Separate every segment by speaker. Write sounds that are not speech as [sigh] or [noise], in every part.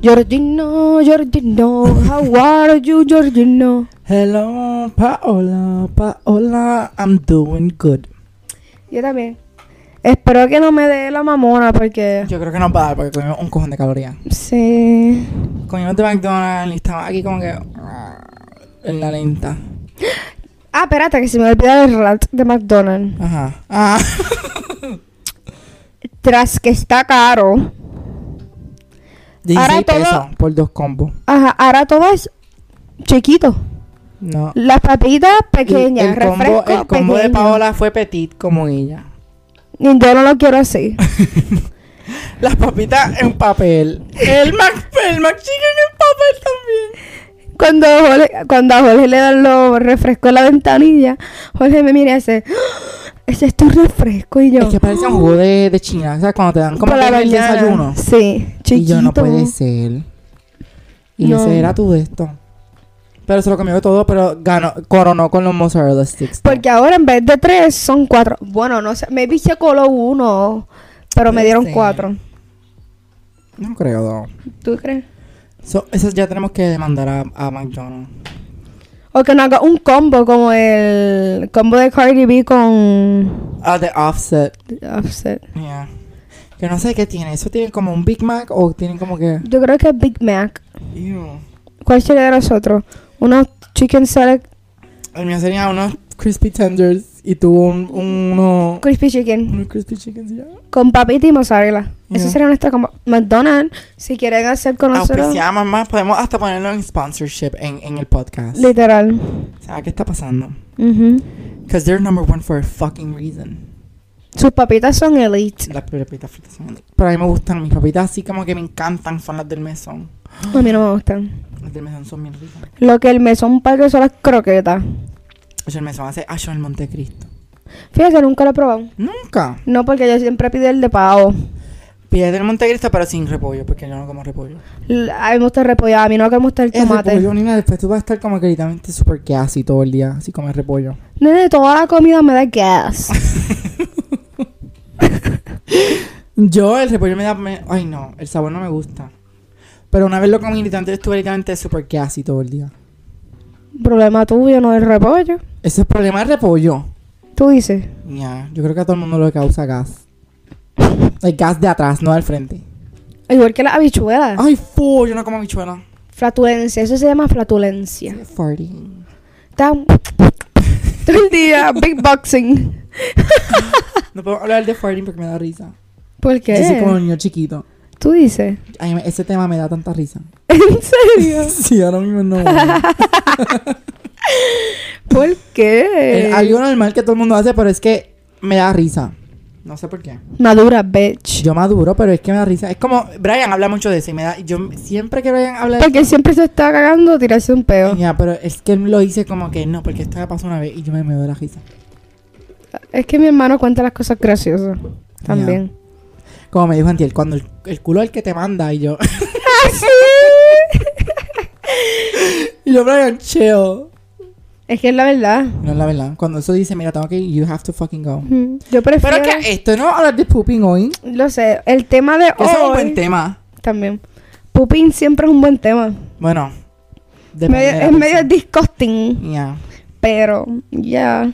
Speaker 1: Giordino, Giordino, how are you, Giordino?
Speaker 2: Hello, Paola, Paola, I'm doing good.
Speaker 1: Yo también. Espero que no me dé la mamona porque...
Speaker 2: Yo creo que no va a dar porque comimos un cojón de calorías.
Speaker 1: Sí.
Speaker 2: Comimos de McDonald's y estaba aquí como que en la lenta.
Speaker 1: Ah, espérate, que se me olvidó el rant de McDonald's.
Speaker 2: Ajá. [laughs] Ah.
Speaker 1: Tras que está caro.
Speaker 2: 16
Speaker 1: todo-
Speaker 2: pesos por dos combos.
Speaker 1: Ajá, ahora todo es chiquito.
Speaker 2: No.
Speaker 1: Las papitas pequeñas,
Speaker 2: el, el combo,
Speaker 1: refresco
Speaker 2: el combo de
Speaker 1: pequeño.
Speaker 2: Paola fue petit como ella. [laughs]
Speaker 1: Y Yo no lo quiero así.
Speaker 2: Las papitas en papel. El Mac, el Mac Chicken en papel también.
Speaker 1: Cuando, Jorge- cuando a Jorge le dan los refrescos en la ventanilla, Jorge me mira y hace, "¡Ah! ese es tu refresco. Y yo,
Speaker 2: Es que parece un jugo de, de China. O sea, cuando te dan como
Speaker 1: "Por
Speaker 2: que
Speaker 1: la
Speaker 2: en el
Speaker 1: mañana".
Speaker 2: desayuno.
Speaker 1: Sí, chiquito.
Speaker 2: Y yo no puede ser. Y
Speaker 1: No.
Speaker 2: ese era tu de esto. Pero se lo comió todo, pero ganó, coronó con los mozzarella sticks. ¿no?
Speaker 1: Porque ahora en vez de tres, son cuatro. Bueno, no sé, me se coló uno, pero me dieron
Speaker 2: Sí.
Speaker 1: cuatro.
Speaker 2: No creo, no.
Speaker 1: ¿Tú crees?
Speaker 2: So, esas ya tenemos que demandar a, a McDonald's.
Speaker 1: O que no haga un combo como el combo de Cardi B con
Speaker 2: A The Offset.
Speaker 1: Offset.
Speaker 2: Yeah. Que no sé qué tiene. ¿Eso tiene como un Big Mac o tienen como que...
Speaker 1: Yo creo que Big Mac.
Speaker 2: Ew.
Speaker 1: ¿Cuál sería de nosotros? Unos chicken salad
Speaker 2: El mío sería unos crispy tenders y tuvo un, un- uno,
Speaker 1: crispy chicken
Speaker 2: unos crispy chickens ya.
Speaker 1: con papita y mozzarella. Eso
Speaker 2: Ya.
Speaker 1: sería nuestra combo. McDonald's, si quieren hacer con nosotros.
Speaker 2: Auspiciamos más, podemos hasta ponerlo en sponsorship en, en el podcast.
Speaker 1: Literal.
Speaker 2: O sea, ¿qué está pasando?
Speaker 1: Ujú.
Speaker 2: Because they're number one for a fucking reason.
Speaker 1: Sus papitas son elite.
Speaker 2: Las papitas fritas son... Pero a mí me gustan, mis papitas así como que me encantan, son las del mesón.
Speaker 1: A mí no me gustan.
Speaker 2: Las del mesón son bien ricas.
Speaker 1: Lo que el mesón pague son las croquetas.
Speaker 2: Oye, el mesón hace Acho el Montecristo.
Speaker 1: Fíjate, nunca lo he probado.
Speaker 2: Nunca.
Speaker 1: No, porque yo siempre pido el de pavo.
Speaker 2: Pide el Montecristo, pero sin repollo, porque yo no como repollo.
Speaker 1: L- A mí me gusta el repollo, a mí no me gusta el
Speaker 2: El
Speaker 1: tomate.
Speaker 2: repollo, nena, después tú vas a estar como que literalmente súper gassy todo el día, así como el repollo.
Speaker 1: Nene, toda la comida me da gas.
Speaker 2: Yo, el repollo me da. me- ay, no, el sabor no me gusta. Pero una vez lo comí, literalmente estuve literalmente súper gassy todo el día.
Speaker 1: Problema tuyo, no el repollo.
Speaker 2: Ese es el problema del repollo.
Speaker 1: Tú dices.
Speaker 2: Ya, yo creo que a todo el mundo le causa gas. El gas de atrás, no del frente.
Speaker 1: Igual que las habichuelas.
Speaker 2: Ay, fu, yo no como habichuela.
Speaker 1: Flatulencia, eso se llama flatulencia.
Speaker 2: Farting.
Speaker 1: Tan- [laughs] Todo el día, big boxing.
Speaker 2: No puedo hablar de farting porque me da risa.
Speaker 1: ¿Por qué?
Speaker 2: Yo soy como un niño chiquito.
Speaker 1: Tú dices.
Speaker 2: Ay, me- ese tema me da tanta risa.
Speaker 1: [laughs] ¿En serio?
Speaker 2: [laughs] sí, ahora
Speaker 1: [laughs]
Speaker 2: mismo no.
Speaker 1: ¿Por qué?
Speaker 2: Es Eh, algo normal que todo el mundo hace, pero es que me da risa. No sé por qué.
Speaker 1: Madura, bitch.
Speaker 2: Yo maduro, pero es que me da risa. Es como Brian habla mucho de eso y me da. Yo siempre que Brian habla de
Speaker 1: Porque él siempre se está cagando, tirarse un peo.
Speaker 2: Ya, pero es que él lo dice como que no, porque esto me pasó una vez y yo me, me doy la risa.
Speaker 1: Es que mi hermano cuenta las cosas graciosas. También.
Speaker 2: Como me dijo Antiel, cuando el, el culo es el que te manda y yo. [laughs] Ah, y yo, Brian, chill.
Speaker 1: [laughs] Es que es la verdad.
Speaker 2: No es la verdad. Cuando eso dice, mira, tengo que ir, you have to fucking go.
Speaker 1: Mm, Yo prefiero.
Speaker 2: Pero es que esto no va a hablar de pooping hoy.
Speaker 1: Lo sé. El tema de
Speaker 2: Que
Speaker 1: hoy.
Speaker 2: Eso es un buen tema.
Speaker 1: También. Pupín siempre es un buen tema.
Speaker 2: Bueno,
Speaker 1: Medio- es medio disgusting.
Speaker 2: Ya.
Speaker 1: Pero, ya.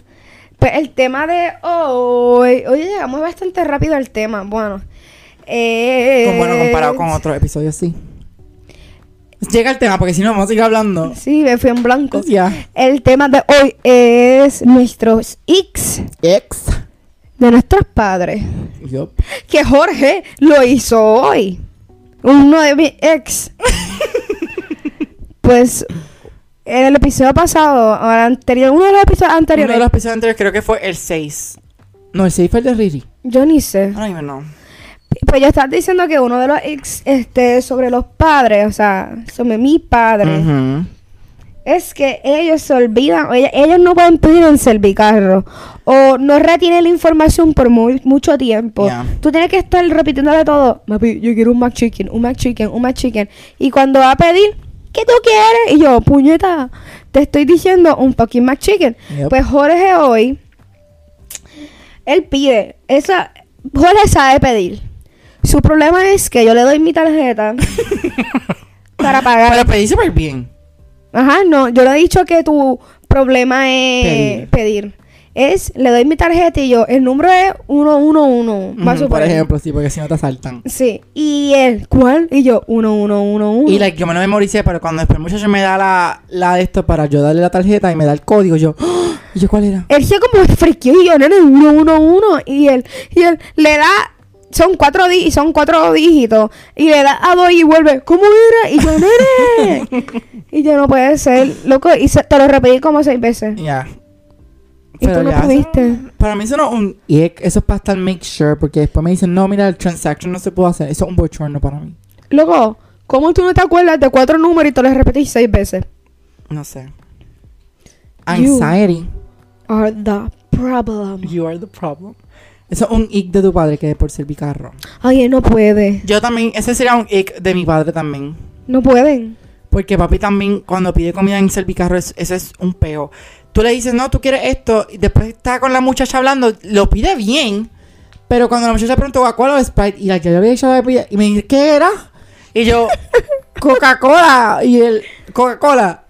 Speaker 1: Pues el tema de hoy. Oye, llegamos bastante rápido al tema. Bueno. Eh,
Speaker 2: Con- bueno, comparado con otros episodios, sí. Llega el tema, porque si no, vamos a seguir hablando.
Speaker 1: Sí, me fui en blanco.
Speaker 2: Pues ya.
Speaker 1: El tema de hoy es nuestros X
Speaker 2: Ex.
Speaker 1: de nuestros padres.
Speaker 2: Yup.
Speaker 1: Que Jorge lo hizo hoy. Uno de mis
Speaker 2: [laughs]
Speaker 1: ex. pues en el episodio pasado, o anterior, uno de los episodios
Speaker 2: Uno
Speaker 1: anteriores,
Speaker 2: de los episodios anteriores creo que fue el 6. No, el 6 fue el de Riri.
Speaker 1: Ah, yo ni sé.
Speaker 2: Ahora mismo no.
Speaker 1: Pues ya estás diciendo que uno de los ex, este, sobre los padres, o sea, sobre mi padre,
Speaker 2: Ujú.
Speaker 1: es que ellos se olvidan, o ella- ellos no pueden pedir en servicarro, o no retienen la información por muy, mucho tiempo.
Speaker 2: Ya.
Speaker 1: Tú tienes que estar repitiéndole todo, papi, yo quiero un Mac Chicken, un Mac Chicken, un Mac Chicken, y cuando va a pedir, ¿qué tú quieres? Y yo, puñeta, te estoy diciendo un fucking Mac Chicken.
Speaker 2: Yep.
Speaker 1: Pues Jorge hoy, él pide, esa,
Speaker 2: [laughs]
Speaker 1: Jorge sabe pedir. Su problema es que yo le doy mi tarjeta para pagar.
Speaker 2: Pero pedí súper bien.
Speaker 1: Ajá, no, yo le he dicho que tu problema es
Speaker 2: Pedir.
Speaker 1: pedir. Es, le doy mi tarjeta y yo, el número es 111, más
Speaker 2: Ujú,
Speaker 1: o
Speaker 2: por
Speaker 1: menos.
Speaker 2: ejemplo, sí, porque si no te asaltan.
Speaker 1: Sí, y él, ¿cuál? Y yo, 1111.
Speaker 2: Y like, yo me lo memoricé, pero cuando después el muchacho me da la, la de esto para yo darle la tarjeta y me da el código, yo, [gasps] ¡Ah! ¿y yo cuál era?
Speaker 1: Él se como friqueó y yo, nene, 111. Y él, y él le da, son cuatro, di son cuatro dígitos. Y le da a dos y vuelve, ¿cómo era? Y yo,
Speaker 2: [laughs]
Speaker 1: nene. y yo, no puede ser, loco. Y se- te lo repetí como seis veces.
Speaker 2: Ya.
Speaker 1: Eh. Y tú no
Speaker 2: ya, eso-
Speaker 1: pudiste.
Speaker 2: Para mí eso no es un ick, eso es para estar make sure, porque después me dicen, no, mira, el transaction no se puede hacer, eso es un bochorno para mí.
Speaker 1: Loco, ¿cómo tú no te acuerdas de cuatro números y te los repetí seis veces?
Speaker 2: No sé.
Speaker 1: You.
Speaker 2: Anxiety.
Speaker 1: Are the problem.
Speaker 2: You are the problem. Eso es un ick de tu padre que es por ser bicarro.
Speaker 1: Ay, él no puede.
Speaker 2: Yo también, ese sería un ick de mi padre también.
Speaker 1: No pueden.
Speaker 2: Porque papi también, cuando pide comida en Servicarro, es- ese es un peo. Tú le dices, no, tú quieres esto, y después está con la muchacha hablando, lo pide bien, pero cuando la muchacha preguntó Coca-Cola o Sprite, y la que yo había dicho, la pide- y me dice, ¿qué era?
Speaker 1: [laughs]
Speaker 2: Y yo, Coca-Cola, y él, Coca-Cola.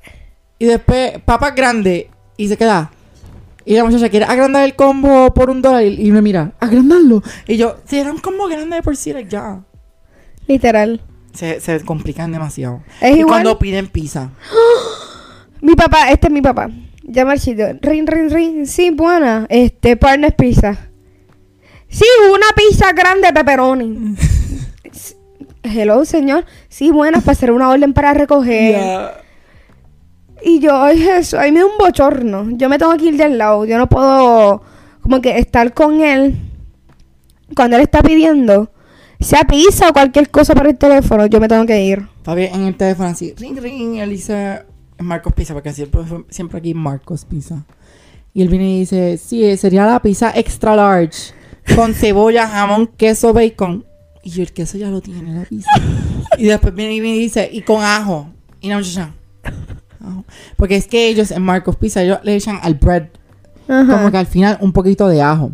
Speaker 2: Y después, papa grande, y se queda. Y la muchacha quiere agrandar el combo por un dólar, y, y me mira, agrandarlo. Y yo, si era un combo grande de por sí, like, ya.
Speaker 1: Literal.
Speaker 2: Se, se complican demasiado.
Speaker 1: Es
Speaker 2: y
Speaker 1: igual.
Speaker 2: cuando piden pizza.
Speaker 1: Mi papá, este es mi papá. Llama al sitio. Ring, ring, ring. Sí, buena. Este, partner pizza. Sí, una pizza grande de [laughs] pepperoni. S- Hello, señor. Sí, buenas, para hacer una orden para recoger.
Speaker 2: Ya.
Speaker 1: Y yo, ay, Jesús, ahí me da un bochorno. Yo me tengo que ir del lado. Yo no puedo, como que, estar con él cuando él está pidiendo. Sea pizza o cualquier cosa para el teléfono, yo me tengo que ir.
Speaker 2: Está bien en el teléfono así, ring, ring, y él dice, Marcos Pizza, porque siempre, siempre aquí Marcos Pizza. Y él viene y dice, sí, eh, sería la pizza extra large, con cebolla, jamón, queso, bacon. Y yo, el queso ya lo tiene la pizza. y después viene y me dice, y con ajo. Y la muchacha, ajo. Porque es que ellos en Marcos Pizza, ellos le echan al bread,
Speaker 1: Ajá.
Speaker 2: como que al final un poquito de ajo.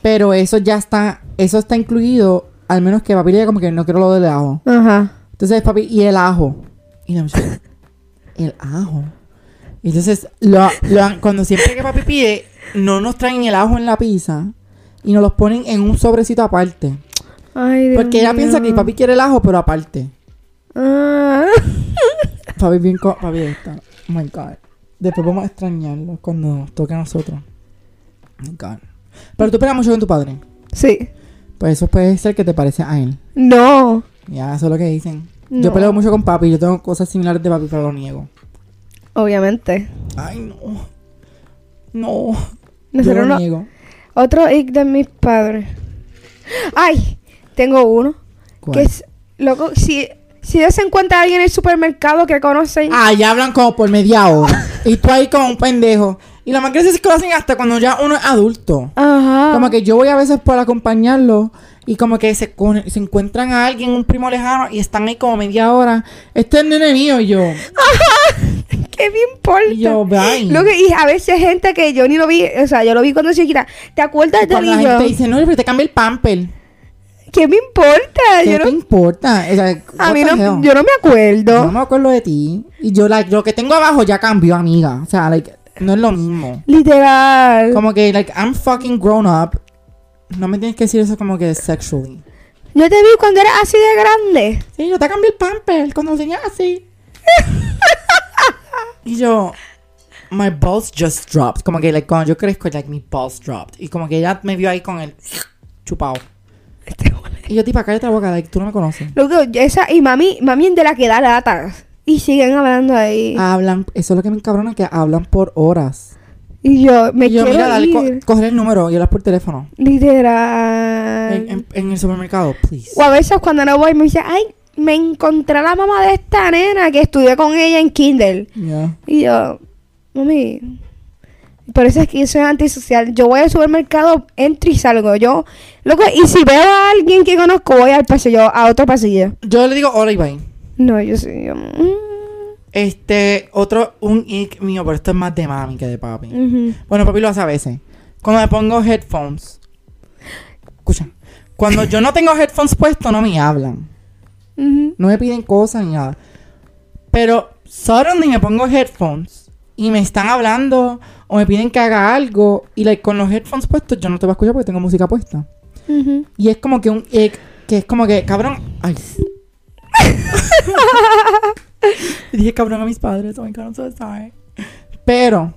Speaker 2: Pero eso ya está, eso está incluido, al menos que papi le diga como que no quiero lo del ajo.
Speaker 1: Ajá.
Speaker 2: Entonces, papi, ¿y el ajo? Y
Speaker 1: [laughs]
Speaker 2: la muchacha, el ajo. Y entonces, lo- lo han- cuando siempre que papi pide, no nos traen el ajo en la pizza y nos los ponen en un sobrecito aparte.
Speaker 1: Ay, Dios
Speaker 2: Porque ella
Speaker 1: mío.
Speaker 2: piensa que papi quiere el ajo, pero aparte.
Speaker 1: Ah. [laughs]
Speaker 2: Papi, bien, co- papi, está. Oh my God. Después vamos a extrañarlo cuando nos toque a nosotros. Oh my God. Pero tú peleas mucho con tu padre.
Speaker 1: sí.
Speaker 2: Pues eso puede ser que te parece a él.
Speaker 1: No.
Speaker 2: Ya, eso es lo que dicen.
Speaker 1: No.
Speaker 2: Yo peleo mucho con papi. Yo tengo cosas similares de papi, pero lo niego.
Speaker 1: Obviamente.
Speaker 2: Ay, no. No. Yo
Speaker 1: Nosotros
Speaker 2: lo
Speaker 1: no-
Speaker 2: niego.
Speaker 1: Otro ick de mis padres. Ay, tengo uno.
Speaker 2: ¿Cuál?
Speaker 1: Que es, loco, si, si ellos se encuentra alguien en el supermercado que conocen.
Speaker 2: Ah, ya hablan como por media hora. y tú ahí como un pendejo. Y la más graciosa es que lo hacen hasta cuando ya uno es adulto.
Speaker 1: Ajá.
Speaker 2: Como que yo voy a veces por acompañarlo y como que se, con- se encuentran a alguien, un primo lejano, y están ahí como media hora. Este es el nene mío
Speaker 1: [laughs]
Speaker 2: y yo.
Speaker 1: Este ¿Qué me importa?
Speaker 2: Y yo, bye.
Speaker 1: Lo que, y a veces gente que yo ni lo vi, o sea, yo lo vi cuando chiquita. ¿Te acuerdas
Speaker 2: Y
Speaker 1: de
Speaker 2: cuando la
Speaker 1: mí? Yo,
Speaker 2: gente dice, no, pero te cambia el pamper.
Speaker 1: ¿Qué me importa?
Speaker 2: ¿Qué
Speaker 1: Yo
Speaker 2: te
Speaker 1: no,
Speaker 2: importa? O sea,
Speaker 1: a mí
Speaker 2: what the
Speaker 1: no,
Speaker 2: hell?
Speaker 1: yo no me
Speaker 2: Yo
Speaker 1: acuerdo.
Speaker 2: no me acuerdo de ti. Y yo, like, lo que tengo abajo ya cambió, amiga. O sea, like, no es lo mismo.
Speaker 1: Literal.
Speaker 2: Como que, like, I'm fucking grown up. No me tienes que decir eso como que sexually.
Speaker 1: Yo te vi cuando eras así de grande.
Speaker 2: Sí, yo te cambié el pamper cuando lo tenía así. [laughs] y yo, my balls just dropped. Como que, like, cuando yo crezco, like, mis balls dropped. Y como que ella me vio ahí con el chupado. Y yo, tipo, cállate la boca, like, tú no me conoces.
Speaker 1: Este, Loco, esa, y mami, mami de la que da latas. Y siguen hablando ahí.
Speaker 2: Hablan, eso es lo que me encabrona, que hablan por horas.
Speaker 1: Y yo, me
Speaker 2: y yo,
Speaker 1: quiero
Speaker 2: mira, dale, co-
Speaker 1: ir.
Speaker 2: coger el número y hablas por teléfono.
Speaker 1: Literal.
Speaker 2: En, en- en el supermercado, please.
Speaker 1: O a veces cuando no voy me dice, ay, me encontré a la mamá de esta nena que estudié con ella en Kindle.
Speaker 2: Yeah.
Speaker 1: Y yo, mami, por eso es que yo soy antisocial. Yo voy al supermercado, entro y salgo. Yo, loco, y si veo a alguien que conozco, voy al pasillo, a otro pasillo.
Speaker 2: Yo le digo, hola, Ibai.
Speaker 1: No, yo soy... yo, mm,
Speaker 2: Este, otro, un ick mío, pero esto es más de mami que de papi.
Speaker 1: ujú.
Speaker 2: Bueno, papi lo hace a veces. Cuando me pongo headphones. Escucha. Cuando yo no tengo headphones puestos, no me hablan.
Speaker 1: Ujú.
Speaker 2: No me piden cosas ni nada. Pero suddenly me pongo headphones y me están hablando o me piden que haga algo y like, con los headphones puestos yo no te voy a escuchar porque tengo música puesta.
Speaker 1: Ujú.
Speaker 2: Y es como que un... eh, que es como que, cabrón... Ay. [laughs] Y dije cabrón a mis padres. Oh my God, I'm so sorry. Pero...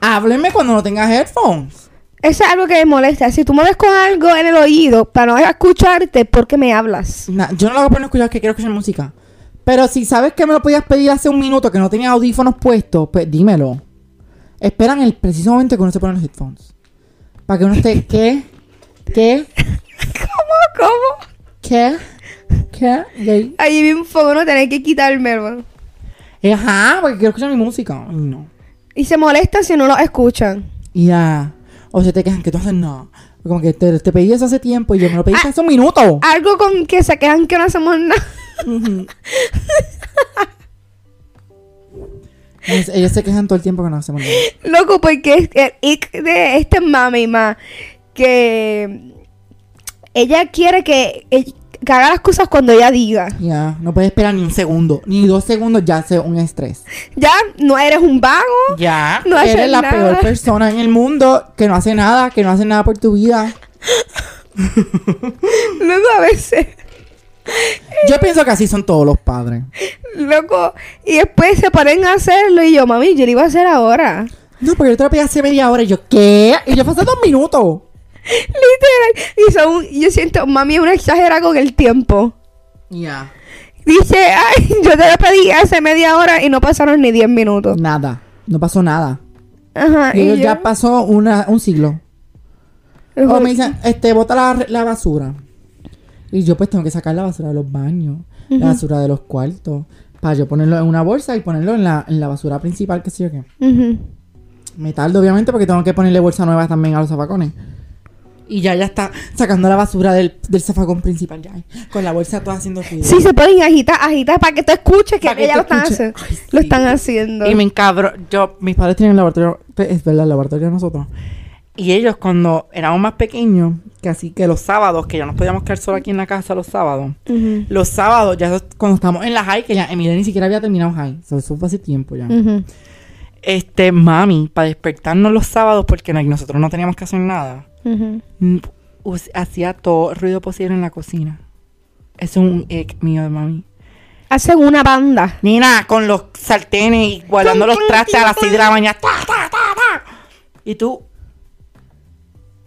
Speaker 2: Háblenme cuando no tengas headphones.
Speaker 1: Eso es algo que me molesta. Si tú me ves con algo en el oído para no escucharte, ¿por qué me hablas?
Speaker 2: Nah, yo no lo hago por no escuchar, es que quiero escuchar música. Pero si sabes que me lo podías pedir hace un minuto, que no tenías audífonos puestos, pues dímelo. Esperan el preciso momento que uno se pone los headphones. Para que uno esté... ¿Qué? ¿Qué?
Speaker 1: [laughs] ¿Cómo? ¿Cómo?
Speaker 2: ¿Qué? ¿Qué? Y ahí-
Speaker 1: Allí vi un fuego, no tener que quitármelo.
Speaker 2: Eh, Ajá, porque quiero escuchar mi música. Ay, no.
Speaker 1: Y se molestan si no lo escuchan.
Speaker 2: Y ya. O se te quejan que tú haces nada. Como que te, te pedí eso hace tiempo y yo me lo pediste hace un minuto.
Speaker 1: Algo con que se quejan que no hacemos nada.
Speaker 2: Ujú. Ellos- Ellos se quejan todo el tiempo que no hacemos nada.
Speaker 1: Loco, porque es- el ick de este mami más que ella quiere que, ell- que haga las cosas cuando ella diga.
Speaker 2: Ya, no puedes esperar ni un segundo. Ni dos segundos ya hace un estrés.
Speaker 1: Ya, no eres un
Speaker 2: [laughs]
Speaker 1: vago.
Speaker 2: Ya.
Speaker 1: No haces
Speaker 2: Eres la
Speaker 1: nada.
Speaker 2: peor persona en el mundo que no hace nada, que no hace nada por tu vida.
Speaker 1: Loco, a veces.
Speaker 2: Yo pienso que así son todos los padres.
Speaker 1: Loco. Y después se ponen a hacerlo y yo, mami, yo lo iba a hacer ahora.
Speaker 2: No, porque yo te lo pedí hace media hora y yo, ¿qué? Y yo fue hace dos minutos.
Speaker 1: Literal. Y son, yo siento, mami es una exagera con el tiempo.
Speaker 2: Ya.
Speaker 1: Dice, ay, yo te lo pedí hace media hora y no pasaron ni 10 minutos.
Speaker 2: Nada. No pasó nada.
Speaker 1: Ajá.
Speaker 2: Y
Speaker 1: Y
Speaker 2: yo,
Speaker 1: yo-
Speaker 2: ya pasó una, un siglo. O me dicen, este, bota la, la basura. Y yo pues tengo que sacar la basura de los baños, la basura de los cuartos, para yo ponerlo en una bolsa y ponerlo en la, en la basura principal, qué sé yo qué.
Speaker 1: Ujú.
Speaker 2: Me tardo, obviamente, porque tengo que ponerle bolsa nueva también a los zafacones. Y ya, ya está sacando la basura del, del zafacón principal, ya. Con la bolsa toda haciendo ruido.
Speaker 1: Sí, se pueden agitar, agitar para que tú escuches que
Speaker 2: Para que
Speaker 1: ya
Speaker 2: tú
Speaker 1: lo están
Speaker 2: escuches.
Speaker 1: haciendo.
Speaker 2: Ay,
Speaker 1: Lo
Speaker 2: sí.
Speaker 1: están haciendo.
Speaker 2: Y me encabro. Yo, mis padres tienen el laboratorio. Es verdad, el laboratorio de nosotros. Y ellos, cuando éramos más pequeños, que así que los sábados, que ya nos podíamos quedar solo aquí en la casa los sábados.
Speaker 1: Ujú,
Speaker 2: Los sábados, ya eso- cuando estábamos en la high, que ya Emilia ni siquiera había terminado high. So, eso fue hace tiempo ya.
Speaker 1: ujú.
Speaker 2: Este, mami, para despertarnos los sábados, porque like, nosotros no teníamos que hacer nada,
Speaker 1: Ujú.
Speaker 2: mm, us- hacía todo el ruido posible en la cocina. Es un ick mío de mami.
Speaker 1: Hacen una banda.
Speaker 2: Nina, con los sartenes y guardando los trastes a las 6 de la mañana. Ta, ta, ta, ta. Y tú,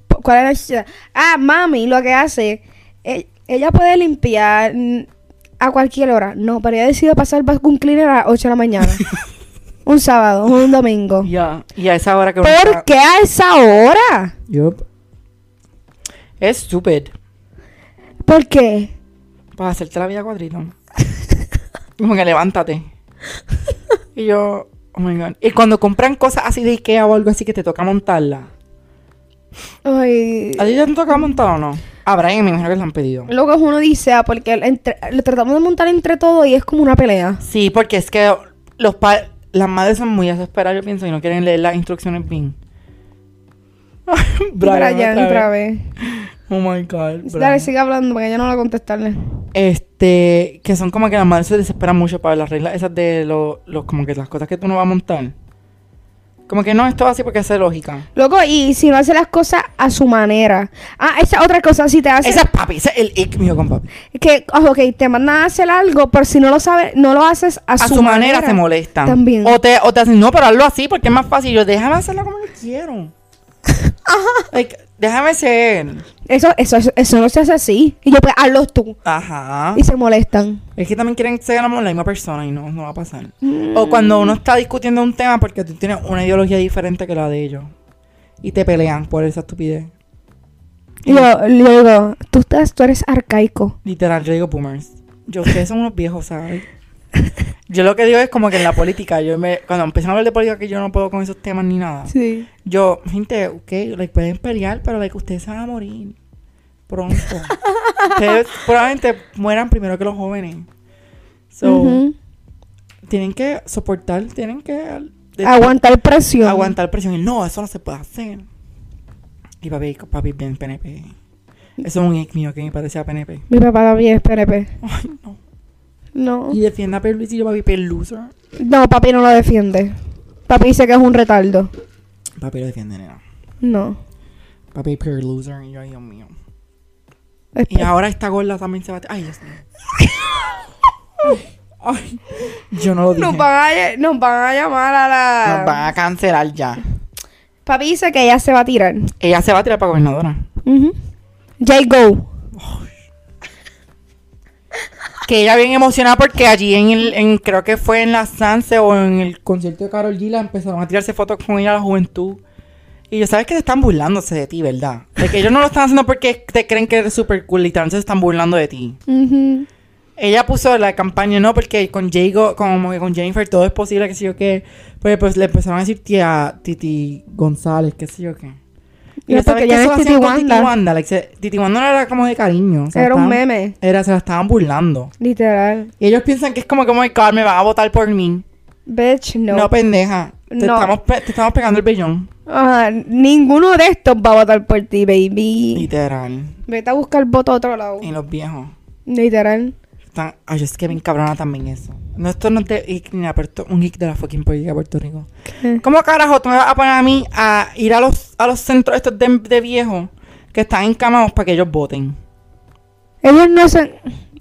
Speaker 1: P- ¿Cuál era? el ch- Ah, mami, lo que hace. e- Ella puede limpiar mm, a cualquier hora. No, pero ella decide pasar vacuum cleaner a las 8 de la mañana. un sábado, un domingo.
Speaker 2: ya, y a esa hora que uno
Speaker 1: ¿Por
Speaker 2: está-
Speaker 1: qué a esa hora?
Speaker 2: Yup. Es stupid.
Speaker 1: ¿Por qué?
Speaker 2: Para hacerte la vida cuadrito. Como que levántate. Y yo, oh my god. Y cuando compran cosas así de Ikea o algo así que te toca montarla.
Speaker 1: Ay.
Speaker 2: ¿A ti te han tocado montar o no? A Brian me imagino que le han pedido.
Speaker 1: Luego uno dice, ah, porque el entre- lo tratamos de montar entre todo y es como una pelea.
Speaker 2: Sí, porque es que los pa- las madres son muy desesperadas, yo pienso, y no quieren leer las instrucciones bien.
Speaker 1: Brian,
Speaker 2: otra
Speaker 1: otra
Speaker 2: vez.
Speaker 1: vez.
Speaker 2: Oh my god.
Speaker 1: Dale,
Speaker 2: Brian.
Speaker 1: sigue hablando porque yo no voy a contestarle.
Speaker 2: Este, que son como que las madres se desesperan mucho para las reglas esas de lo- los, como que las cosas que tú no vas a montar. Como que no, esto va así porque hace lógica.
Speaker 1: Loco, y si no hace las cosas a su manera. Ah, esa otra cosa, si te hace.
Speaker 2: Ese es papi, ese es el ick mío con papi.
Speaker 1: Que, ah, ok, te mandan a hacer algo, pero si no lo sabes, no lo haces a,
Speaker 2: A, su, manera, se molestan.
Speaker 1: También.
Speaker 2: O te, o te hacen, no, pero hazlo así porque es más fácil. Yo, déjame hacerlo como yo quiero. Like, déjame ser.
Speaker 1: Eso, eso, eso, eso no se hace así. Y yo, pues, hazlo tú.
Speaker 2: Ajá.
Speaker 1: Y se molestan.
Speaker 2: Es que también quieren que seamos la misma persona y no, no va a pasar. O cuando uno está discutiendo un tema porque tú tienes una ideología diferente que la de ellos. Y te pelean por esa estupidez.
Speaker 1: Y yo, yo digo, tú, estás, tú eres arcaico.
Speaker 2: Literal, yo digo boomers. Yo, ustedes son unos viejos, ¿sabes? Yo lo que digo es como que en la política, yo me, cuando empiezan a hablar de política que yo no puedo con esos temas ni nada.
Speaker 1: Sí.
Speaker 2: Yo, gente, ok, like, pueden pelear, pero like, ustedes se van a morir pronto. ustedes probablemente mueran primero que los jóvenes. So, tienen que soportar, tienen que de-
Speaker 1: Ah, Aguantar presión.
Speaker 2: aguantar presión. Y no, eso no se puede hacer. Y papi, papi bien PNP. Eso es un ex mío que me parecía PNP.
Speaker 1: Mi papá también es PNP.
Speaker 2: Ay, no.
Speaker 1: No.
Speaker 2: Y defienda a Perluisillo, papi, Perluso.
Speaker 1: No, papi no lo defiende. Papi dice que es un retardo.
Speaker 2: Papi lo defiende, nena.
Speaker 1: No.
Speaker 2: Papi, Perluso. Y yo, ay, Dios mío.
Speaker 1: Es
Speaker 2: Y ahora esta gorda también se va a... Ay, Dios mío. Ay, yo no lo dije.
Speaker 1: Nos van, a, lle- nos van a llamar a la...
Speaker 2: Nos van a cancelar ya.
Speaker 1: Papi dice que ella se va a tirar.
Speaker 2: Ella se va a tirar para gobernadora.
Speaker 1: Ujú. J. Go.
Speaker 2: Que ella bien emocionada porque allí en el, en- creo que fue en la Sanse o en el concierto de Carol Gila empezaron a tirarse fotos con ella la juventud. Y yo sabes que se están burlándose de ti, ¿verdad? De que ellos no lo están haciendo porque te creen que eres súper cool, literalmente se están burlando de ti.
Speaker 1: Ujú.
Speaker 2: Ella puso la campaña, no, porque con Jago, como que con Jennifer todo es posible, que sé yo qué. Pues, pues le empezaron a decir tía Titi González, qué sé yo qué. Y
Speaker 1: No,
Speaker 2: yo sabes
Speaker 1: porque
Speaker 2: que
Speaker 1: ya
Speaker 2: eso
Speaker 1: no
Speaker 2: lo
Speaker 1: es
Speaker 2: hacían
Speaker 1: Titi
Speaker 2: con Titi
Speaker 1: Wanda.
Speaker 2: Wanda. like, se- Titi Wanda no era como de cariño. o sea,
Speaker 1: Era un
Speaker 2: estaban-
Speaker 1: meme.
Speaker 2: Era, se la estaban burlando.
Speaker 1: Literal.
Speaker 2: Y ellos piensan que es como que, oh my God, me van a votar por mí.
Speaker 1: Bitch,
Speaker 2: No,
Speaker 1: no.
Speaker 2: pendeja. Te,
Speaker 1: No.
Speaker 2: Estamos pe- te estamos pegando el bellón.
Speaker 1: Ajá, ninguno de estos va a votar por ti, baby.
Speaker 2: Literal.
Speaker 1: Vete a buscar voto a otro lado.
Speaker 2: Y los viejos.
Speaker 1: Literal.
Speaker 2: Están, ay, es que bien cabrona también eso. No, esto no es de hic ni nada, pero esto es un hic de la fucking política de Puerto Rico.
Speaker 1: ¿Qué?
Speaker 2: ¿Cómo carajo tú me vas a poner a mí a ir a los, a los centros estos de, de viejos que están encamados para que ellos voten?
Speaker 1: Ellos no son...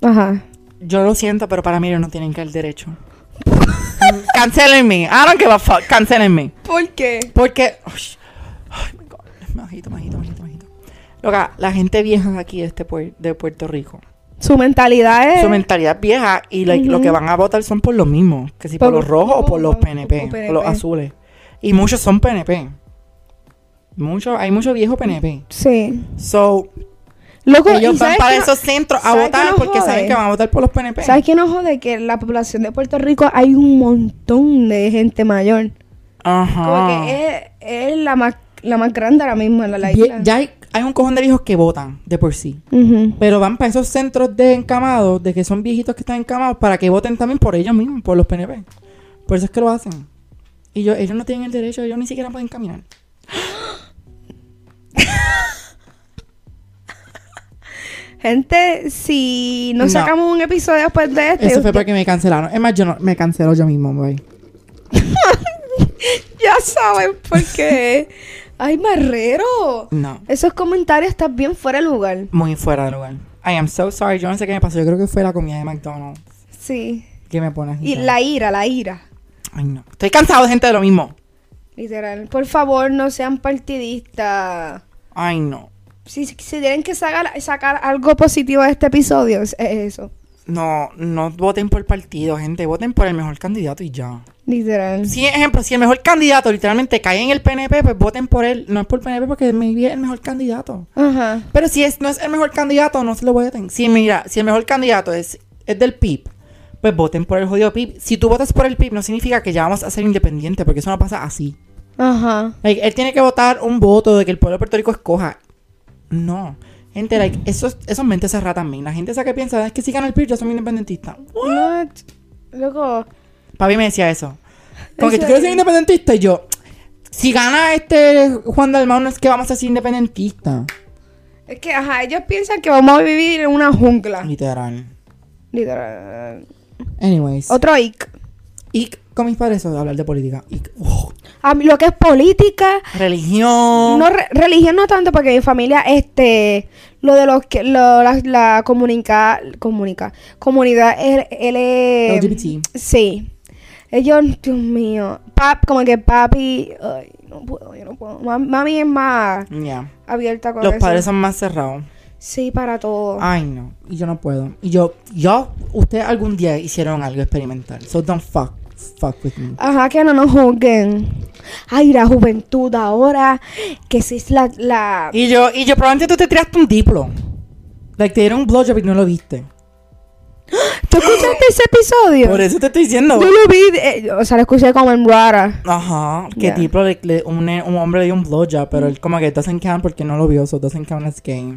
Speaker 1: Ajá.
Speaker 2: Yo lo siento, pero para mí ellos no tienen que
Speaker 1: [laughs]
Speaker 2: el derecho. Cancelenme. I don't give a fuck. Cancelenme.
Speaker 1: ¿Por qué?
Speaker 2: Porque. Ay, ay, my God. Me agito, me agito, me agito, me agito. Loca, la gente vieja aquí de, este puer- de Puerto Rico.
Speaker 1: Su mentalidad es...
Speaker 2: Su mentalidad es vieja y like, lo
Speaker 1: Eh. Ujú.
Speaker 2: que van a votar son por lo mismo. Que si por,
Speaker 1: Por-
Speaker 2: los rojos o por los
Speaker 1: por-
Speaker 2: PNP,
Speaker 1: por
Speaker 2: por,
Speaker 1: PNP.
Speaker 2: los azules. Y muchos son PNP. Muchos, hay muchos viejos PNP.
Speaker 1: Sí.
Speaker 2: So,
Speaker 1: Loco, ¿y
Speaker 2: ellos van
Speaker 1: sabes
Speaker 2: para
Speaker 1: qué?
Speaker 2: esos centros a
Speaker 1: ¿sabes qué
Speaker 2: votar
Speaker 1: nos
Speaker 2: porque saben
Speaker 1: jode?
Speaker 2: que van a votar por los PNP.
Speaker 1: ¿Sabes qué nos jode? Que en la población de Puerto Rico hay un montón de gente mayor.
Speaker 2: Ajá.
Speaker 1: Como que es, es la, más, la más grande ahora mismo en la, la
Speaker 2: Vie-
Speaker 1: isla.
Speaker 2: ya hay, hay un cojón de viejos que votan de por sí.
Speaker 1: Ujú.
Speaker 2: Pero van para esos centros de encamados, de que son viejitos que están encamados, para que voten también por ellos mismos, por los PNP. Por eso es que lo hacen. Y yo, ellos no tienen el derecho, ellos ni siquiera pueden caminar.
Speaker 1: Gente, si no,
Speaker 2: No.
Speaker 1: sacamos un episodio después de este,
Speaker 2: Eso fue
Speaker 1: usted-
Speaker 2: porque me cancelaron. Es más, yo no, me cancelo yo mismo, güey.
Speaker 1: ya saben por qué. [laughs] ¡Ay, marrero!
Speaker 2: No.
Speaker 1: Esos comentarios están bien fuera de lugar.
Speaker 2: Muy fuera de lugar. I am so sorry. Yo no sé qué me pasó. Yo creo que fue la comida de McDonald's.
Speaker 1: Sí.
Speaker 2: Que me pones.
Speaker 1: Y la ira, la ira.
Speaker 2: Ay, no. Estoy cansado, gente, de lo mismo.
Speaker 1: Literal. Por favor, no sean partidistas.
Speaker 2: Ay, no.
Speaker 1: Si, si tienen que sacar, sacar algo positivo de este episodio, es es eso.
Speaker 2: No, no voten por partido, gente. Voten por el mejor candidato y ya.
Speaker 1: Literal.
Speaker 2: Si, ejemplo, si el mejor candidato literalmente cae en el PNP, pues voten por él. No es por PNP porque maybe es el mejor candidato.
Speaker 1: Ajá.
Speaker 2: Pero si es, no es el mejor candidato, no se lo voten. Si, mira, si el mejor candidato es, es del PIB, pues voten por el jodido PIB. Si tú votas por el PIB, no significa que ya vamos a ser independientes, porque eso no pasa así.
Speaker 1: Ajá.
Speaker 2: Like, él tiene que votar un voto de que el pueblo de Puerto Rico escoja. No. Gente, like, esos, esos mentes cerradas también. La gente esa que piensa, "Ah, es que si gana el PIB, ya son independentistas.
Speaker 1: What? Loco.
Speaker 2: Papi me decía eso. Como que tú
Speaker 1: Eso
Speaker 2: quieres ser
Speaker 1: es.
Speaker 2: independentista. Y yo, si gana este Juan Dalmau, no es que vamos a ser independentistas.
Speaker 1: Es que, ajá, ellos piensan que vamos a vivir en una jungla.
Speaker 2: Literal.
Speaker 1: Literal.
Speaker 2: Anyways.
Speaker 1: Otro ic.
Speaker 2: Y con mis padres eso de hablar de política. Y, oh. uf,
Speaker 1: A mí, lo que es política,
Speaker 2: religión.
Speaker 1: no re- religión no tanto porque mi familia, este, lo de los que, lo- la, la comunica, comunica, comunidad L, L-
Speaker 2: LGBT.
Speaker 1: Sí. Ellos, Dios mío, pap, como que papi, ay, no puedo, yo no puedo. Ma- Mami es más
Speaker 2: Ya.
Speaker 1: abierta con
Speaker 2: Los
Speaker 1: eso.
Speaker 2: padres son más cerrados.
Speaker 1: Sí, para todo.
Speaker 2: Ay, no. Y yo no puedo. Y yo, yo, ustedes algún día hicieron algo experimental. So don't fuck, fuck with me.
Speaker 1: Ajá, que no nos juzguen. Ay, la juventud ahora, que si es la... la...
Speaker 2: Y yo, y yo, probablemente tú te tiraste un diplo. Like, te dieron un blowjob y no lo viste.
Speaker 1: ¿Tú escuchaste ese episodio?
Speaker 2: Por eso te estoy diciendo.
Speaker 1: Yo lo vi, eh, o sea, lo escuché como en Rara.
Speaker 2: Ajá, que
Speaker 1: Ya. Mm.
Speaker 2: tipo le- le- un, ne- un hombre le dio un blowjob, pero él como que doesn't count porque no lo vio, so doesn't count as gay.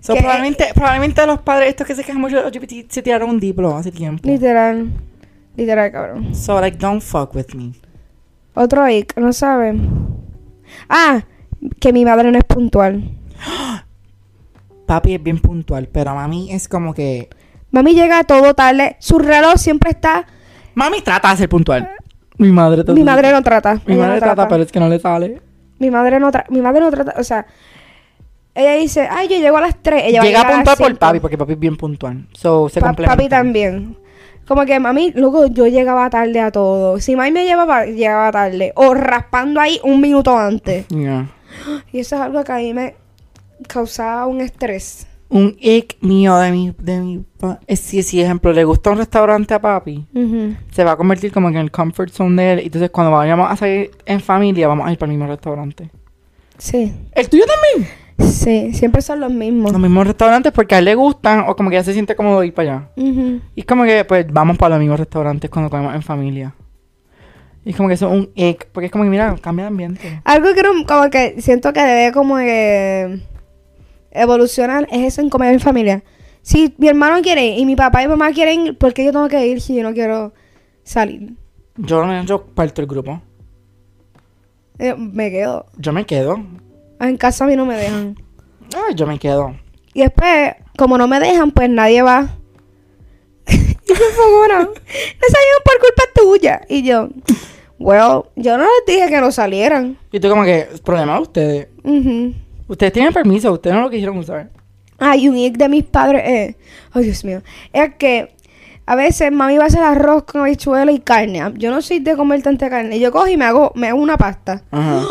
Speaker 2: So
Speaker 1: Que-
Speaker 2: probablemente, probablemente los padres estos que se quejan mucho de los LGBT se tiraron un diplo hace tiempo.
Speaker 1: Literal. Literal, cabrón.
Speaker 2: So like don't fuck with me.
Speaker 1: Otro ic, no saben. Ah, que mi madre no es puntual.
Speaker 2: Papi es bien puntual, pero a mí es como que
Speaker 1: Mami llega todo tarde. Su reloj siempre está.
Speaker 2: Mami trata de ser puntual. Mi madre trata.
Speaker 1: Eh, Mi madre no trata.
Speaker 2: Mi
Speaker 1: ella
Speaker 2: madre
Speaker 1: no
Speaker 2: trata, pero es que no le sale.
Speaker 1: Mi madre no trata. Mi madre no trata. O sea, ella dice, ay, yo llego a las 3. Ella va
Speaker 2: Llega
Speaker 1: llegar las
Speaker 2: puntual por
Speaker 1: cinco.
Speaker 2: papi, porque papi es bien puntual. So, se
Speaker 1: Pa-
Speaker 2: complementa.
Speaker 1: papi también. Como que mami, luego yo llegaba tarde a todo. Si mami me llevaba, llegaba tarde. O raspando ahí un minuto
Speaker 2: [laughs]
Speaker 1: antes.
Speaker 2: Yeah.
Speaker 1: Y eso es algo que a mí me causaba un estrés.
Speaker 2: Un ick mío de mi... De mi pa- es, si, si, ejemplo, le gusta un restaurante a papi, se va a convertir como que en el comfort zone de él. Y Entonces, cuando vayamos a salir en familia, vamos a ir para el mismo restaurante.
Speaker 1: Sí.
Speaker 2: ¿El tuyo también?
Speaker 1: Sí, siempre son los mismos.
Speaker 2: Los mismos restaurantes porque a él le gustan o como que ya se siente cómodo ir para allá.
Speaker 1: Ujú.
Speaker 2: Y es como que, pues, vamos para los mismos restaurantes cuando comemos en familia. Y es como que eso es un ick, porque es como que, mira, cambia de ambiente.
Speaker 1: Algo que no- como que siento que debe como que evolucionar es eso en comer en familia. Si mi hermano quiere ir y mi papá y mamá quieren, ir, ¿por qué yo tengo que ir si yo no quiero salir?
Speaker 2: Yo no yo parto el grupo.
Speaker 1: Eh, me quedo.
Speaker 2: Yo me quedo.
Speaker 1: En casa a mí no me dejan.
Speaker 2: Ah, yo me quedo.
Speaker 1: Y después, como no me dejan, pues nadie va. y se enfogona. [laughs] no salieron por culpa tuya. Y yo, well, yo no les dije que no salieran.
Speaker 2: Y tú como que, problema de ustedes.
Speaker 1: Ujú.
Speaker 2: Ustedes tienen permiso, ustedes no lo quisieron usar.
Speaker 1: Ay, un ick de mis padres es. Ay, Dios mío. Es que a veces mami va a hacer arroz con habichuela y carne. Yo no soy de comer tanta carne. Yo cojo y me hago, me hago una pasta.
Speaker 2: Ajá.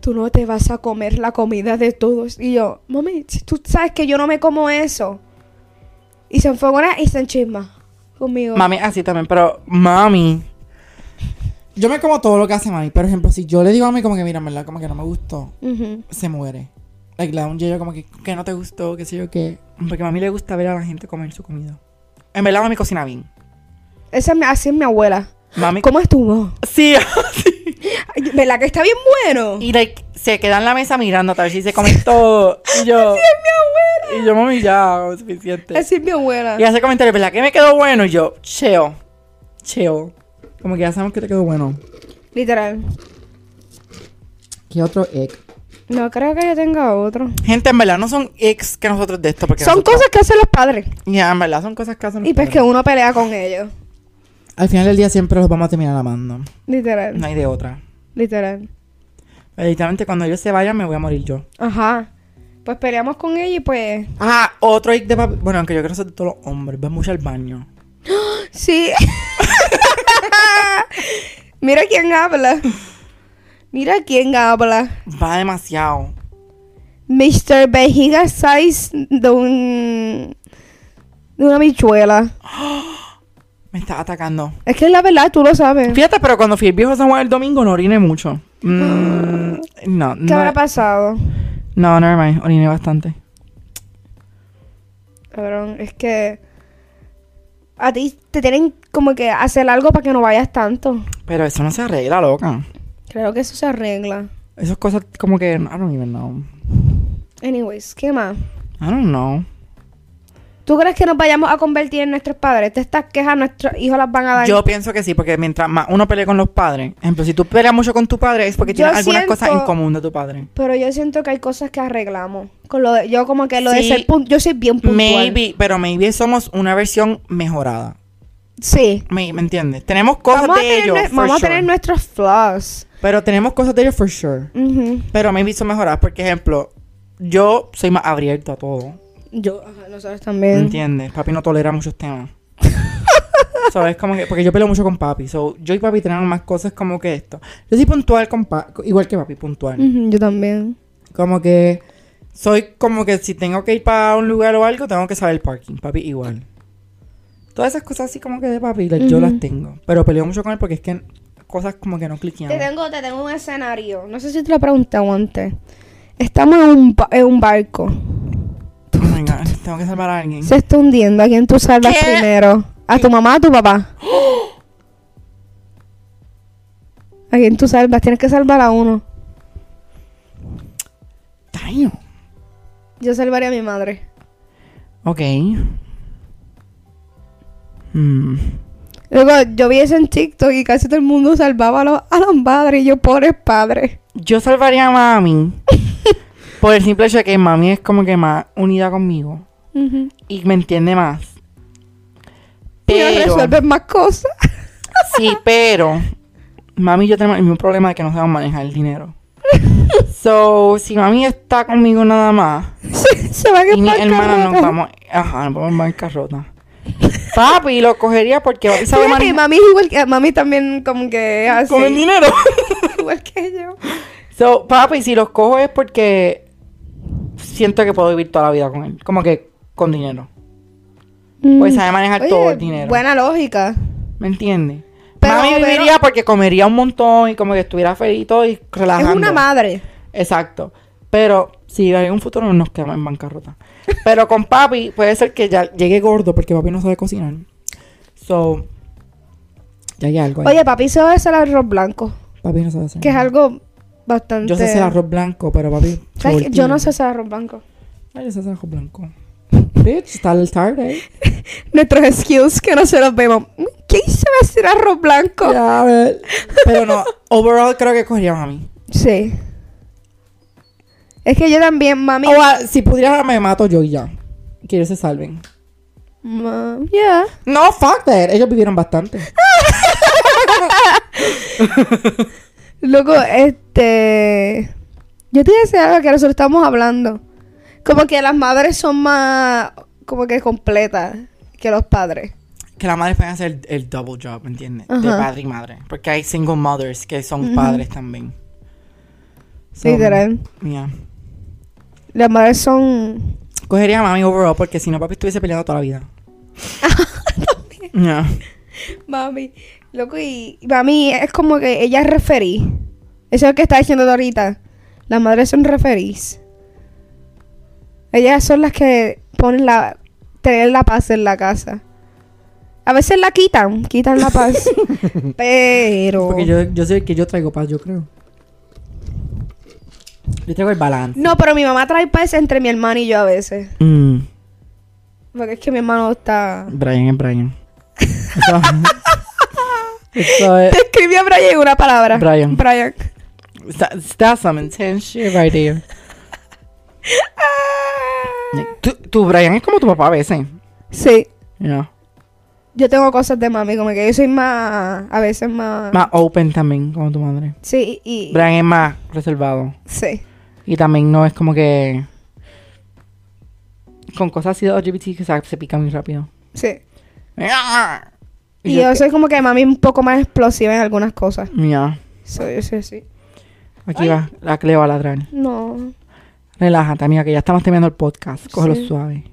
Speaker 1: Tú no te vas a comer la comida de todos. Y yo, mami, si tú sabes que yo no me como eso. Y se enfogona y se enchisma conmigo.
Speaker 2: [gasps] Mami, así también, pero mami. Yo me como todo lo que hace mami. Por ejemplo, si yo le digo a mami como que, mira, en verdad, como que no me gustó,
Speaker 1: Ujú.
Speaker 2: se muere. Like, le da un yello como que, que no te gustó, qué sé yo qué. Porque a mami le gusta ver a la gente comer su comida. En verdad, mami cocina bien.
Speaker 1: Esa es mi- así es mi abuela.
Speaker 2: Mami.
Speaker 1: ¿Cómo estuvo?
Speaker 2: Sí, [laughs]
Speaker 1: Ay, ¿Verdad que está bien bueno?
Speaker 2: Y like, se queda en la mesa mirando a ver si se come [laughs] todo. Y yo. Y yo, mami, ya, suficiente.
Speaker 1: Así es mi abuela.
Speaker 2: Y hace comentarios, ¿verdad? Que me quedó bueno. Y yo, cheo. Cheo. Como que ya sabemos que te quedó bueno.
Speaker 1: Literal.
Speaker 2: ¿Qué otro egg?
Speaker 1: No creo que yo tenga otro.
Speaker 2: Gente, en verdad no son eggs que nosotros de esto. Porque
Speaker 1: Son
Speaker 2: nosotros-
Speaker 1: cosas que hacen los padres.
Speaker 2: Ya, en verdad son cosas que hacen.
Speaker 1: Y pues que uno pelea con ellos.
Speaker 2: Al final del día siempre los vamos a terminar amando.
Speaker 1: Literal.
Speaker 2: No hay de otra.
Speaker 1: Literal.
Speaker 2: Literalmente cuando ellos se vayan me voy a morir yo.
Speaker 1: Ajá. Pues peleamos con ellos y pues.
Speaker 2: Ah, otro egg de papi. Bueno, aunque yo creo que son de todos los hombres. Van mucho al baño.
Speaker 1: Sí. [laughs] Mira quién habla. Mira quién habla.
Speaker 2: Va demasiado.
Speaker 1: Mr. Vejiga Size de un. de una bichuela.
Speaker 2: Me está atacando.
Speaker 1: Es que es la verdad, tú lo sabes.
Speaker 2: Fíjate, pero cuando fui el viejo San Juan el domingo no oriné mucho. Mm, no,
Speaker 1: ¿Qué habrá
Speaker 2: no.
Speaker 1: pasado?
Speaker 2: No, never mind. Oriné bastante.
Speaker 1: Cabrón, es que. A ti te tienen como que hacer algo para que no vayas tanto.
Speaker 2: Pero eso no se arregla,
Speaker 1: Ah.
Speaker 2: loca.
Speaker 1: Creo que eso se arregla.
Speaker 2: Esas cosas como que... I don't even know.
Speaker 1: Anyways, ¿qué más?
Speaker 2: I don't know.
Speaker 1: ¿Tú crees que nos vayamos a convertir en nuestros padres? Te estas quejas nuestros hijos las van a dar.
Speaker 2: Yo pienso que sí, porque mientras más uno pelea con los padres... Ejemplo, si tú peleas mucho con tu padre es porque
Speaker 1: Yo
Speaker 2: tienes algunas
Speaker 1: siento-
Speaker 2: cosas en común de tu padre.
Speaker 1: Pero yo siento que hay cosas que arreglamos. Con lo de- yo como que lo de
Speaker 2: Sí.
Speaker 1: ser pun- yo soy bien puntual.
Speaker 2: Maybe, pero maybe somos una versión mejorada.
Speaker 1: Sí.
Speaker 2: ¿Me, me entiendes? Tenemos cosas
Speaker 1: Vamos, a
Speaker 2: de
Speaker 1: tener,
Speaker 2: ellos,
Speaker 1: nue-
Speaker 2: for
Speaker 1: vamos a
Speaker 2: sure.
Speaker 1: tener nuestros flaws.
Speaker 2: Pero tenemos cosas de ellos, for sure.
Speaker 1: Ujú.
Speaker 2: Pero maybe son mejoradas. Porque, ejemplo, yo soy más abierto a todo.
Speaker 1: Yo, ajá, nosotros
Speaker 2: ¿Me
Speaker 1: también.
Speaker 2: entiendes? Papi no tolera muchos temas. [laughs] so, es como que, porque yo peleo mucho con papi. So, yo y papi tenemos más cosas como que esto. Yo soy puntual con papi, igual que papi, puntual.
Speaker 1: Ujú, yo también.
Speaker 2: Como que soy como que si tengo que ir para un lugar o algo, tengo que saber el parking. Papi igual. Todas esas cosas así como que de papi, like, yo
Speaker 1: Ujú.
Speaker 2: las tengo. Pero peleo mucho con él porque es que cosas como que no cliquean.
Speaker 1: Te tengo, te tengo un escenario. No sé si te lo he preguntado antes. Estamos en un, ba- en un barco.
Speaker 2: Oh my God, tengo que salvar a alguien.
Speaker 1: Se está hundiendo. ¿A quién tú salvas
Speaker 2: ¿Qué?
Speaker 1: primero? ¿A tu mamá o a tu papá? [gasps] ¿A quién tú salvas? Tienes que salvar a uno.
Speaker 2: Daño.
Speaker 1: Yo salvaría a mi madre.
Speaker 2: Ok. Hmm.
Speaker 1: Luego, yo vi eso en TikTok y casi todo el mundo salvaba a los, a los padres. Y yo, pobres padres.
Speaker 2: Yo salvaría a mami. por el simple hecho de que mami es como que más unida conmigo.
Speaker 1: Ujú.
Speaker 2: Y me entiende más.
Speaker 1: Pero
Speaker 2: Pero,
Speaker 1: resuelven más cosas. [laughs]
Speaker 2: sí, pero mami y yo tenemos el mismo problema de que no sabemos manejar
Speaker 1: [laughs]
Speaker 2: el dinero. So, si mami está conmigo nada más
Speaker 1: se, se van a
Speaker 2: y mi
Speaker 1: embarcar
Speaker 2: hermana nos
Speaker 1: rotas.
Speaker 2: vamos, ajá, nos vamos
Speaker 1: [laughs]
Speaker 2: en bancarrota. Papi lo cogería porque papi sabe
Speaker 1: Fíjate,
Speaker 2: manejar
Speaker 1: mami es igual que mami también como que hace
Speaker 2: con el dinero.
Speaker 1: igual que yo.
Speaker 2: [laughs] So, papi, si los cojo es porque siento que puedo vivir toda la vida con él, como que con dinero. Pues sabe manejar
Speaker 1: Mm. Oye,
Speaker 2: todo el dinero.
Speaker 1: Buena lógica.
Speaker 2: ¿Me entiendes?
Speaker 1: Pero-
Speaker 2: Mami
Speaker 1: pero-
Speaker 2: viviría porque comería un montón y como que estuviera feliz y todo y relajando.
Speaker 1: Es una madre.
Speaker 2: Exacto. Pero si hay un futuro nos quedamos en bancarrota. Pero con papi puede ser que ya llegue gordo porque papi no sabe cocinar. So, ya hay algo ahí.
Speaker 1: Oye, papi sabe hacer arroz blanco,
Speaker 2: papi no sabe hacer.
Speaker 1: que es algo bastante
Speaker 2: Yo sé hacer arroz blanco, pero papi...
Speaker 1: ¿Sabes qué? Yo no sé
Speaker 2: revoltillo.
Speaker 1: hacer arroz blanco.
Speaker 2: Ay, yo sé hacer
Speaker 1: [laughs]
Speaker 2: arroz blanco. Bitch, está el tarde.
Speaker 1: Nuestros skills que no se los vemos. Mm, ¿Quién sabe hacer arroz blanco?
Speaker 2: Ya, a ver. Pero no, overall creo que cogería a mami.
Speaker 1: Sí. Es que yo también, mami.
Speaker 2: O a- si pudiera me mato yo y ya. Que ellos se salven.
Speaker 1: Ma- yeah.
Speaker 2: No, fuck that. Ellos vivieron bastante.
Speaker 1: Luego, este. Yo te decía algo que nosotros estábamos hablando. Como que las madres son más. Como que completas que los padres.
Speaker 2: que la madre puede hacer el, el double job, ¿entiendes? De
Speaker 1: Ajá.
Speaker 2: padre y madre. Porque hay single mothers que son padres también. So,
Speaker 1: Literal.
Speaker 2: yeah.
Speaker 1: Las madres son.
Speaker 2: Cogería a mami overall porque si no, papi estuviese peleando toda la vida. Yeah.
Speaker 1: Mami. Loco, y. Mami, es como que ella es referí. Eso es lo que está diciendo tú ahorita. Las madres son referís. Ellas son las que ponen la. Tener la paz en la casa. A veces la quitan, quitan la paz. pero.
Speaker 2: Porque yo, yo sé que yo traigo paz, yo creo. Yo traigo el balance.
Speaker 1: No, pero mi mamá trae paz entre mi hermano y yo a veces.
Speaker 2: Mm,
Speaker 1: Porque es que mi hermano está.
Speaker 2: Brian es Brian. Eso, eso es.
Speaker 1: Te escribí a Brian en una palabra.
Speaker 2: Eh. Brian.
Speaker 1: Brian.
Speaker 2: That- That's some intense shit right there. Tu, tu Brian es como tu papá a veces.
Speaker 1: Sí.
Speaker 2: Yeah.
Speaker 1: Yo tengo cosas de mami, como que yo soy más. A veces más.
Speaker 2: Más open también, como tu madre.
Speaker 1: Sí, y.
Speaker 2: Brian es más reservado.
Speaker 1: Sí.
Speaker 2: Y también no es como que. Con cosas así de LGBT que se, se pica muy rápido.
Speaker 1: Sí.
Speaker 2: Y
Speaker 1: Y
Speaker 2: yo
Speaker 1: yo
Speaker 2: es
Speaker 1: soy como que mami es un poco más explosiva en algunas cosas.
Speaker 2: Mira,
Speaker 1: Soy yo soy así.
Speaker 2: aquí va la Cleo a ladrar.
Speaker 1: No.
Speaker 2: Relájate, amiga, que ya estamos terminando el podcast. Cógelo
Speaker 1: Sí.
Speaker 2: suave.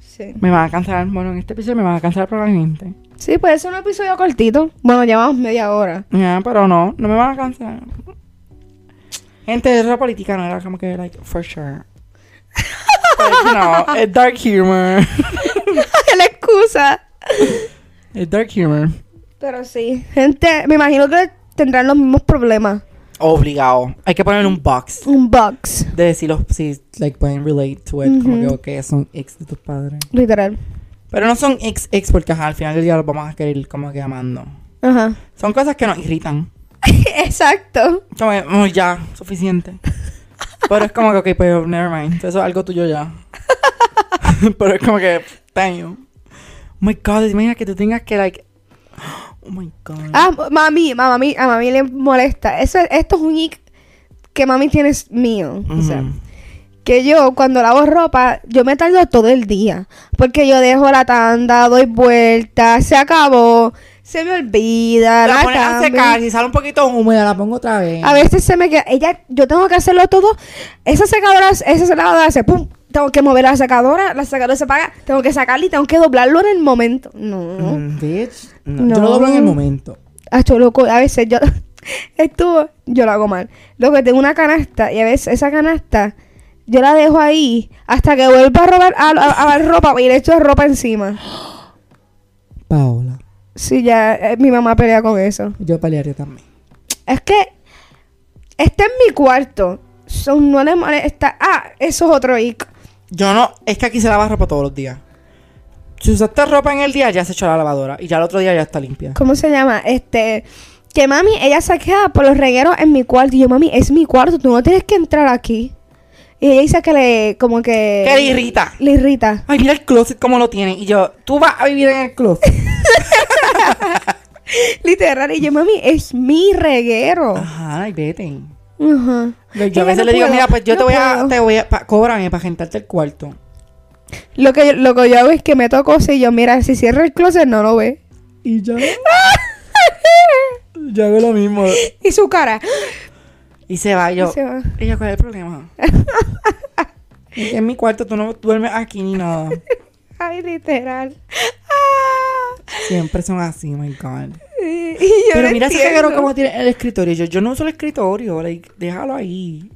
Speaker 1: Sí.
Speaker 2: Me van a cancelar, bueno, en este episodio me van a cancelar probablemente.
Speaker 1: Sí, puede ser un episodio cortito. Bueno, llevamos media hora. [laughs]
Speaker 2: Ya, pero no, no me van a cancelar. Gente, era política, no era como que, like, for [laughs] sure. But, you know, it's dark humor.
Speaker 1: la excusa.
Speaker 2: It's dark humor.
Speaker 1: Pero sí. Gente, me imagino que tendrán los mismos problemas.
Speaker 2: Obligado. Hay que poner un box
Speaker 1: Un box.
Speaker 2: de decir los, si like, pueden relate to it, como que
Speaker 1: Ujú.
Speaker 2: ok, son ex de tus padres.
Speaker 1: Literal.
Speaker 2: Pero no son ex ex porque ajá, al final del día los vamos a querer como que amando.
Speaker 1: Ajá.
Speaker 2: Son cosas que nos irritan.
Speaker 1: [laughs] Exacto.
Speaker 2: Como que, "Oh, ya,
Speaker 1: [laughs]
Speaker 2: suficiente. Pero es como que, ok, pero never mind. Eso es algo tuyo ya. [laughs] pero es como que, damn. Oh my God, imagina que tú tengas que, like, [gasps] oh my God.
Speaker 1: Ah, mami, ma- mami, a mami le molesta. Eso, esto es un ick que mami tiene es mío.
Speaker 2: Ujú.
Speaker 1: O sea, que yo cuando lavo ropa, yo me tardo todo el día. Porque yo dejo la tanda, doy vueltas, se acabó, se me olvida,
Speaker 2: la
Speaker 1: la,
Speaker 2: pones a
Speaker 1: cambio.
Speaker 2: secar, si sale un poquito húmeda, la pongo otra vez.
Speaker 1: A veces se me queda, ella, yo tengo que hacerlo todo. Esa secadora, esa lavadora hace pum, tengo que mover la secadora, la secadora se apaga, tengo que sacarla y tengo que doblarlo en el momento. No.
Speaker 2: Mm, bitch. No. Yo lo
Speaker 1: No.
Speaker 2: doblo en el momento.
Speaker 1: Hacho, loco, a veces yo [laughs] estuvo, yo lo hago mal. Loco, tengo una canasta y a veces esa canasta yo la dejo ahí hasta que vuelva a robar a, a- a lavar ropa y le echo ropa encima.
Speaker 2: Paola.
Speaker 1: Sí, ya eh, mi mamá pelea con eso.
Speaker 2: Yo pelearía también.
Speaker 1: Es que está en mi cuarto. Son no le molesta. Ah, eso es otro ic.
Speaker 2: Yo no, es que aquí se lava ropa todos los días. Si usaste ropa en el día, ya se echó a la lavadora. Y ya el otro día ya está limpia.
Speaker 1: ¿Cómo se llama? Este que mami, ella se queda por los regueros en mi cuarto. Y yo, mami, es mi cuarto, tú no tienes que entrar aquí. Y ella dice que le, como que...
Speaker 2: Que le irrita.
Speaker 1: Le irrita.
Speaker 2: Ay, mira el closet como lo tiene. Y yo, tú vas a vivir en el closet. [laughs]
Speaker 1: Literal. Y yo, mami, es mi reguero. Ajá.
Speaker 2: Ajá, y vete. Yo, yo a veces le digo, mira, pues yo
Speaker 1: no
Speaker 2: te voy a,
Speaker 1: puedo".
Speaker 2: te voy a, pa- cóbrame para gentarte el cuarto.
Speaker 1: Lo que, lo que yo hago es que me toco y yo, mira, si cierra el closet no lo ve. [laughs]
Speaker 2: Y ya. yo hago lo mismo.
Speaker 1: Y su cara.
Speaker 2: Y se va, y yo.
Speaker 1: Y se va.
Speaker 2: Y yo, ¿cuál
Speaker 1: [laughs]
Speaker 2: es el problema? Es que en mi cuarto tú no duermes aquí ni nada.
Speaker 1: Ay, literal. Ah.
Speaker 2: Siempre son así, my God.
Speaker 1: Y, y yo
Speaker 2: Pero
Speaker 1: no
Speaker 2: mira ese
Speaker 1: entiendo.
Speaker 2: cagaro como tiene el escritorio. Yo, yo no uso el escritorio, like, déjalo ahí.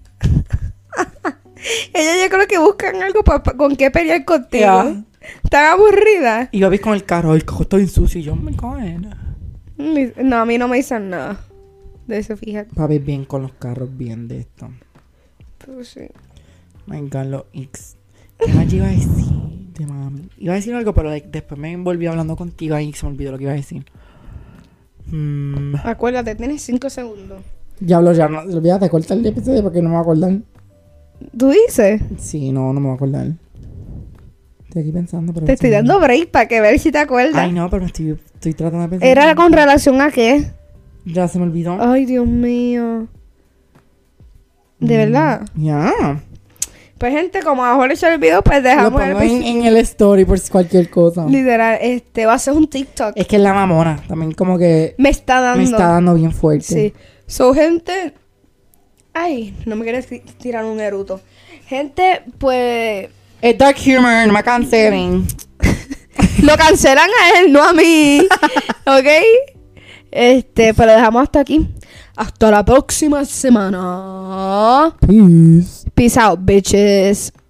Speaker 1: Ellas yo creo que buscan algo pa- pa- con qué pelear contigo.
Speaker 2: Ya.
Speaker 1: Están aburridas.
Speaker 2: Y yo vi con el carro, el carro está bien sucio. Y yo, me God.
Speaker 1: Ni- No, a mí no me dicen nada. De eso, fíjate.
Speaker 2: Papi, bien con los carros, bien de esto.
Speaker 1: Pero sí.
Speaker 2: My God, los X. ¿Qué más yo iba a decir de mami? Iba a decir algo, pero like, después me envolví hablando contigo y se me olvidó lo que iba a decir. Mm,
Speaker 1: Acuérdate, tienes 5 segundos.
Speaker 2: ya hablo, ya no. Olvídate, corta el episodio porque no me voy a acordar.
Speaker 1: ¿Tú dices?
Speaker 2: Sí, no, no me voy a acordar. Estoy aquí pensando, pero.
Speaker 1: Te estoy dando break para que ver si te acuerdas.
Speaker 2: Ay, no, pero estoy, estoy tratando de pensar.
Speaker 1: ¿Era con Oh, relación a qué?
Speaker 2: Ya se me olvidó.
Speaker 1: Ay, Dios mío. De verdad.
Speaker 2: Mm, Ya.
Speaker 1: Pues gente, como a Jorge se olvidó, pues
Speaker 2: Lo
Speaker 1: dejamos
Speaker 2: pongo
Speaker 1: el
Speaker 2: en, en el story por si cualquier cosa.
Speaker 1: Literal, este va a ser un TikTok.
Speaker 2: Es que es la mamona. También como que
Speaker 1: Me está dando.
Speaker 2: Eh, me está dando bien fuerte.
Speaker 1: Sí. So, gente. Ay, no me quieres ti- tirar un eruto. Gente, pues.
Speaker 2: Es dark humor, no me cancelen.
Speaker 1: Lo cancelan a él, no a
Speaker 2: [laughs]
Speaker 1: mí. ¿Ok? Este, pero dejamos hasta aquí. Hasta la próxima semana.
Speaker 2: Peace.
Speaker 1: Peace out, bitches.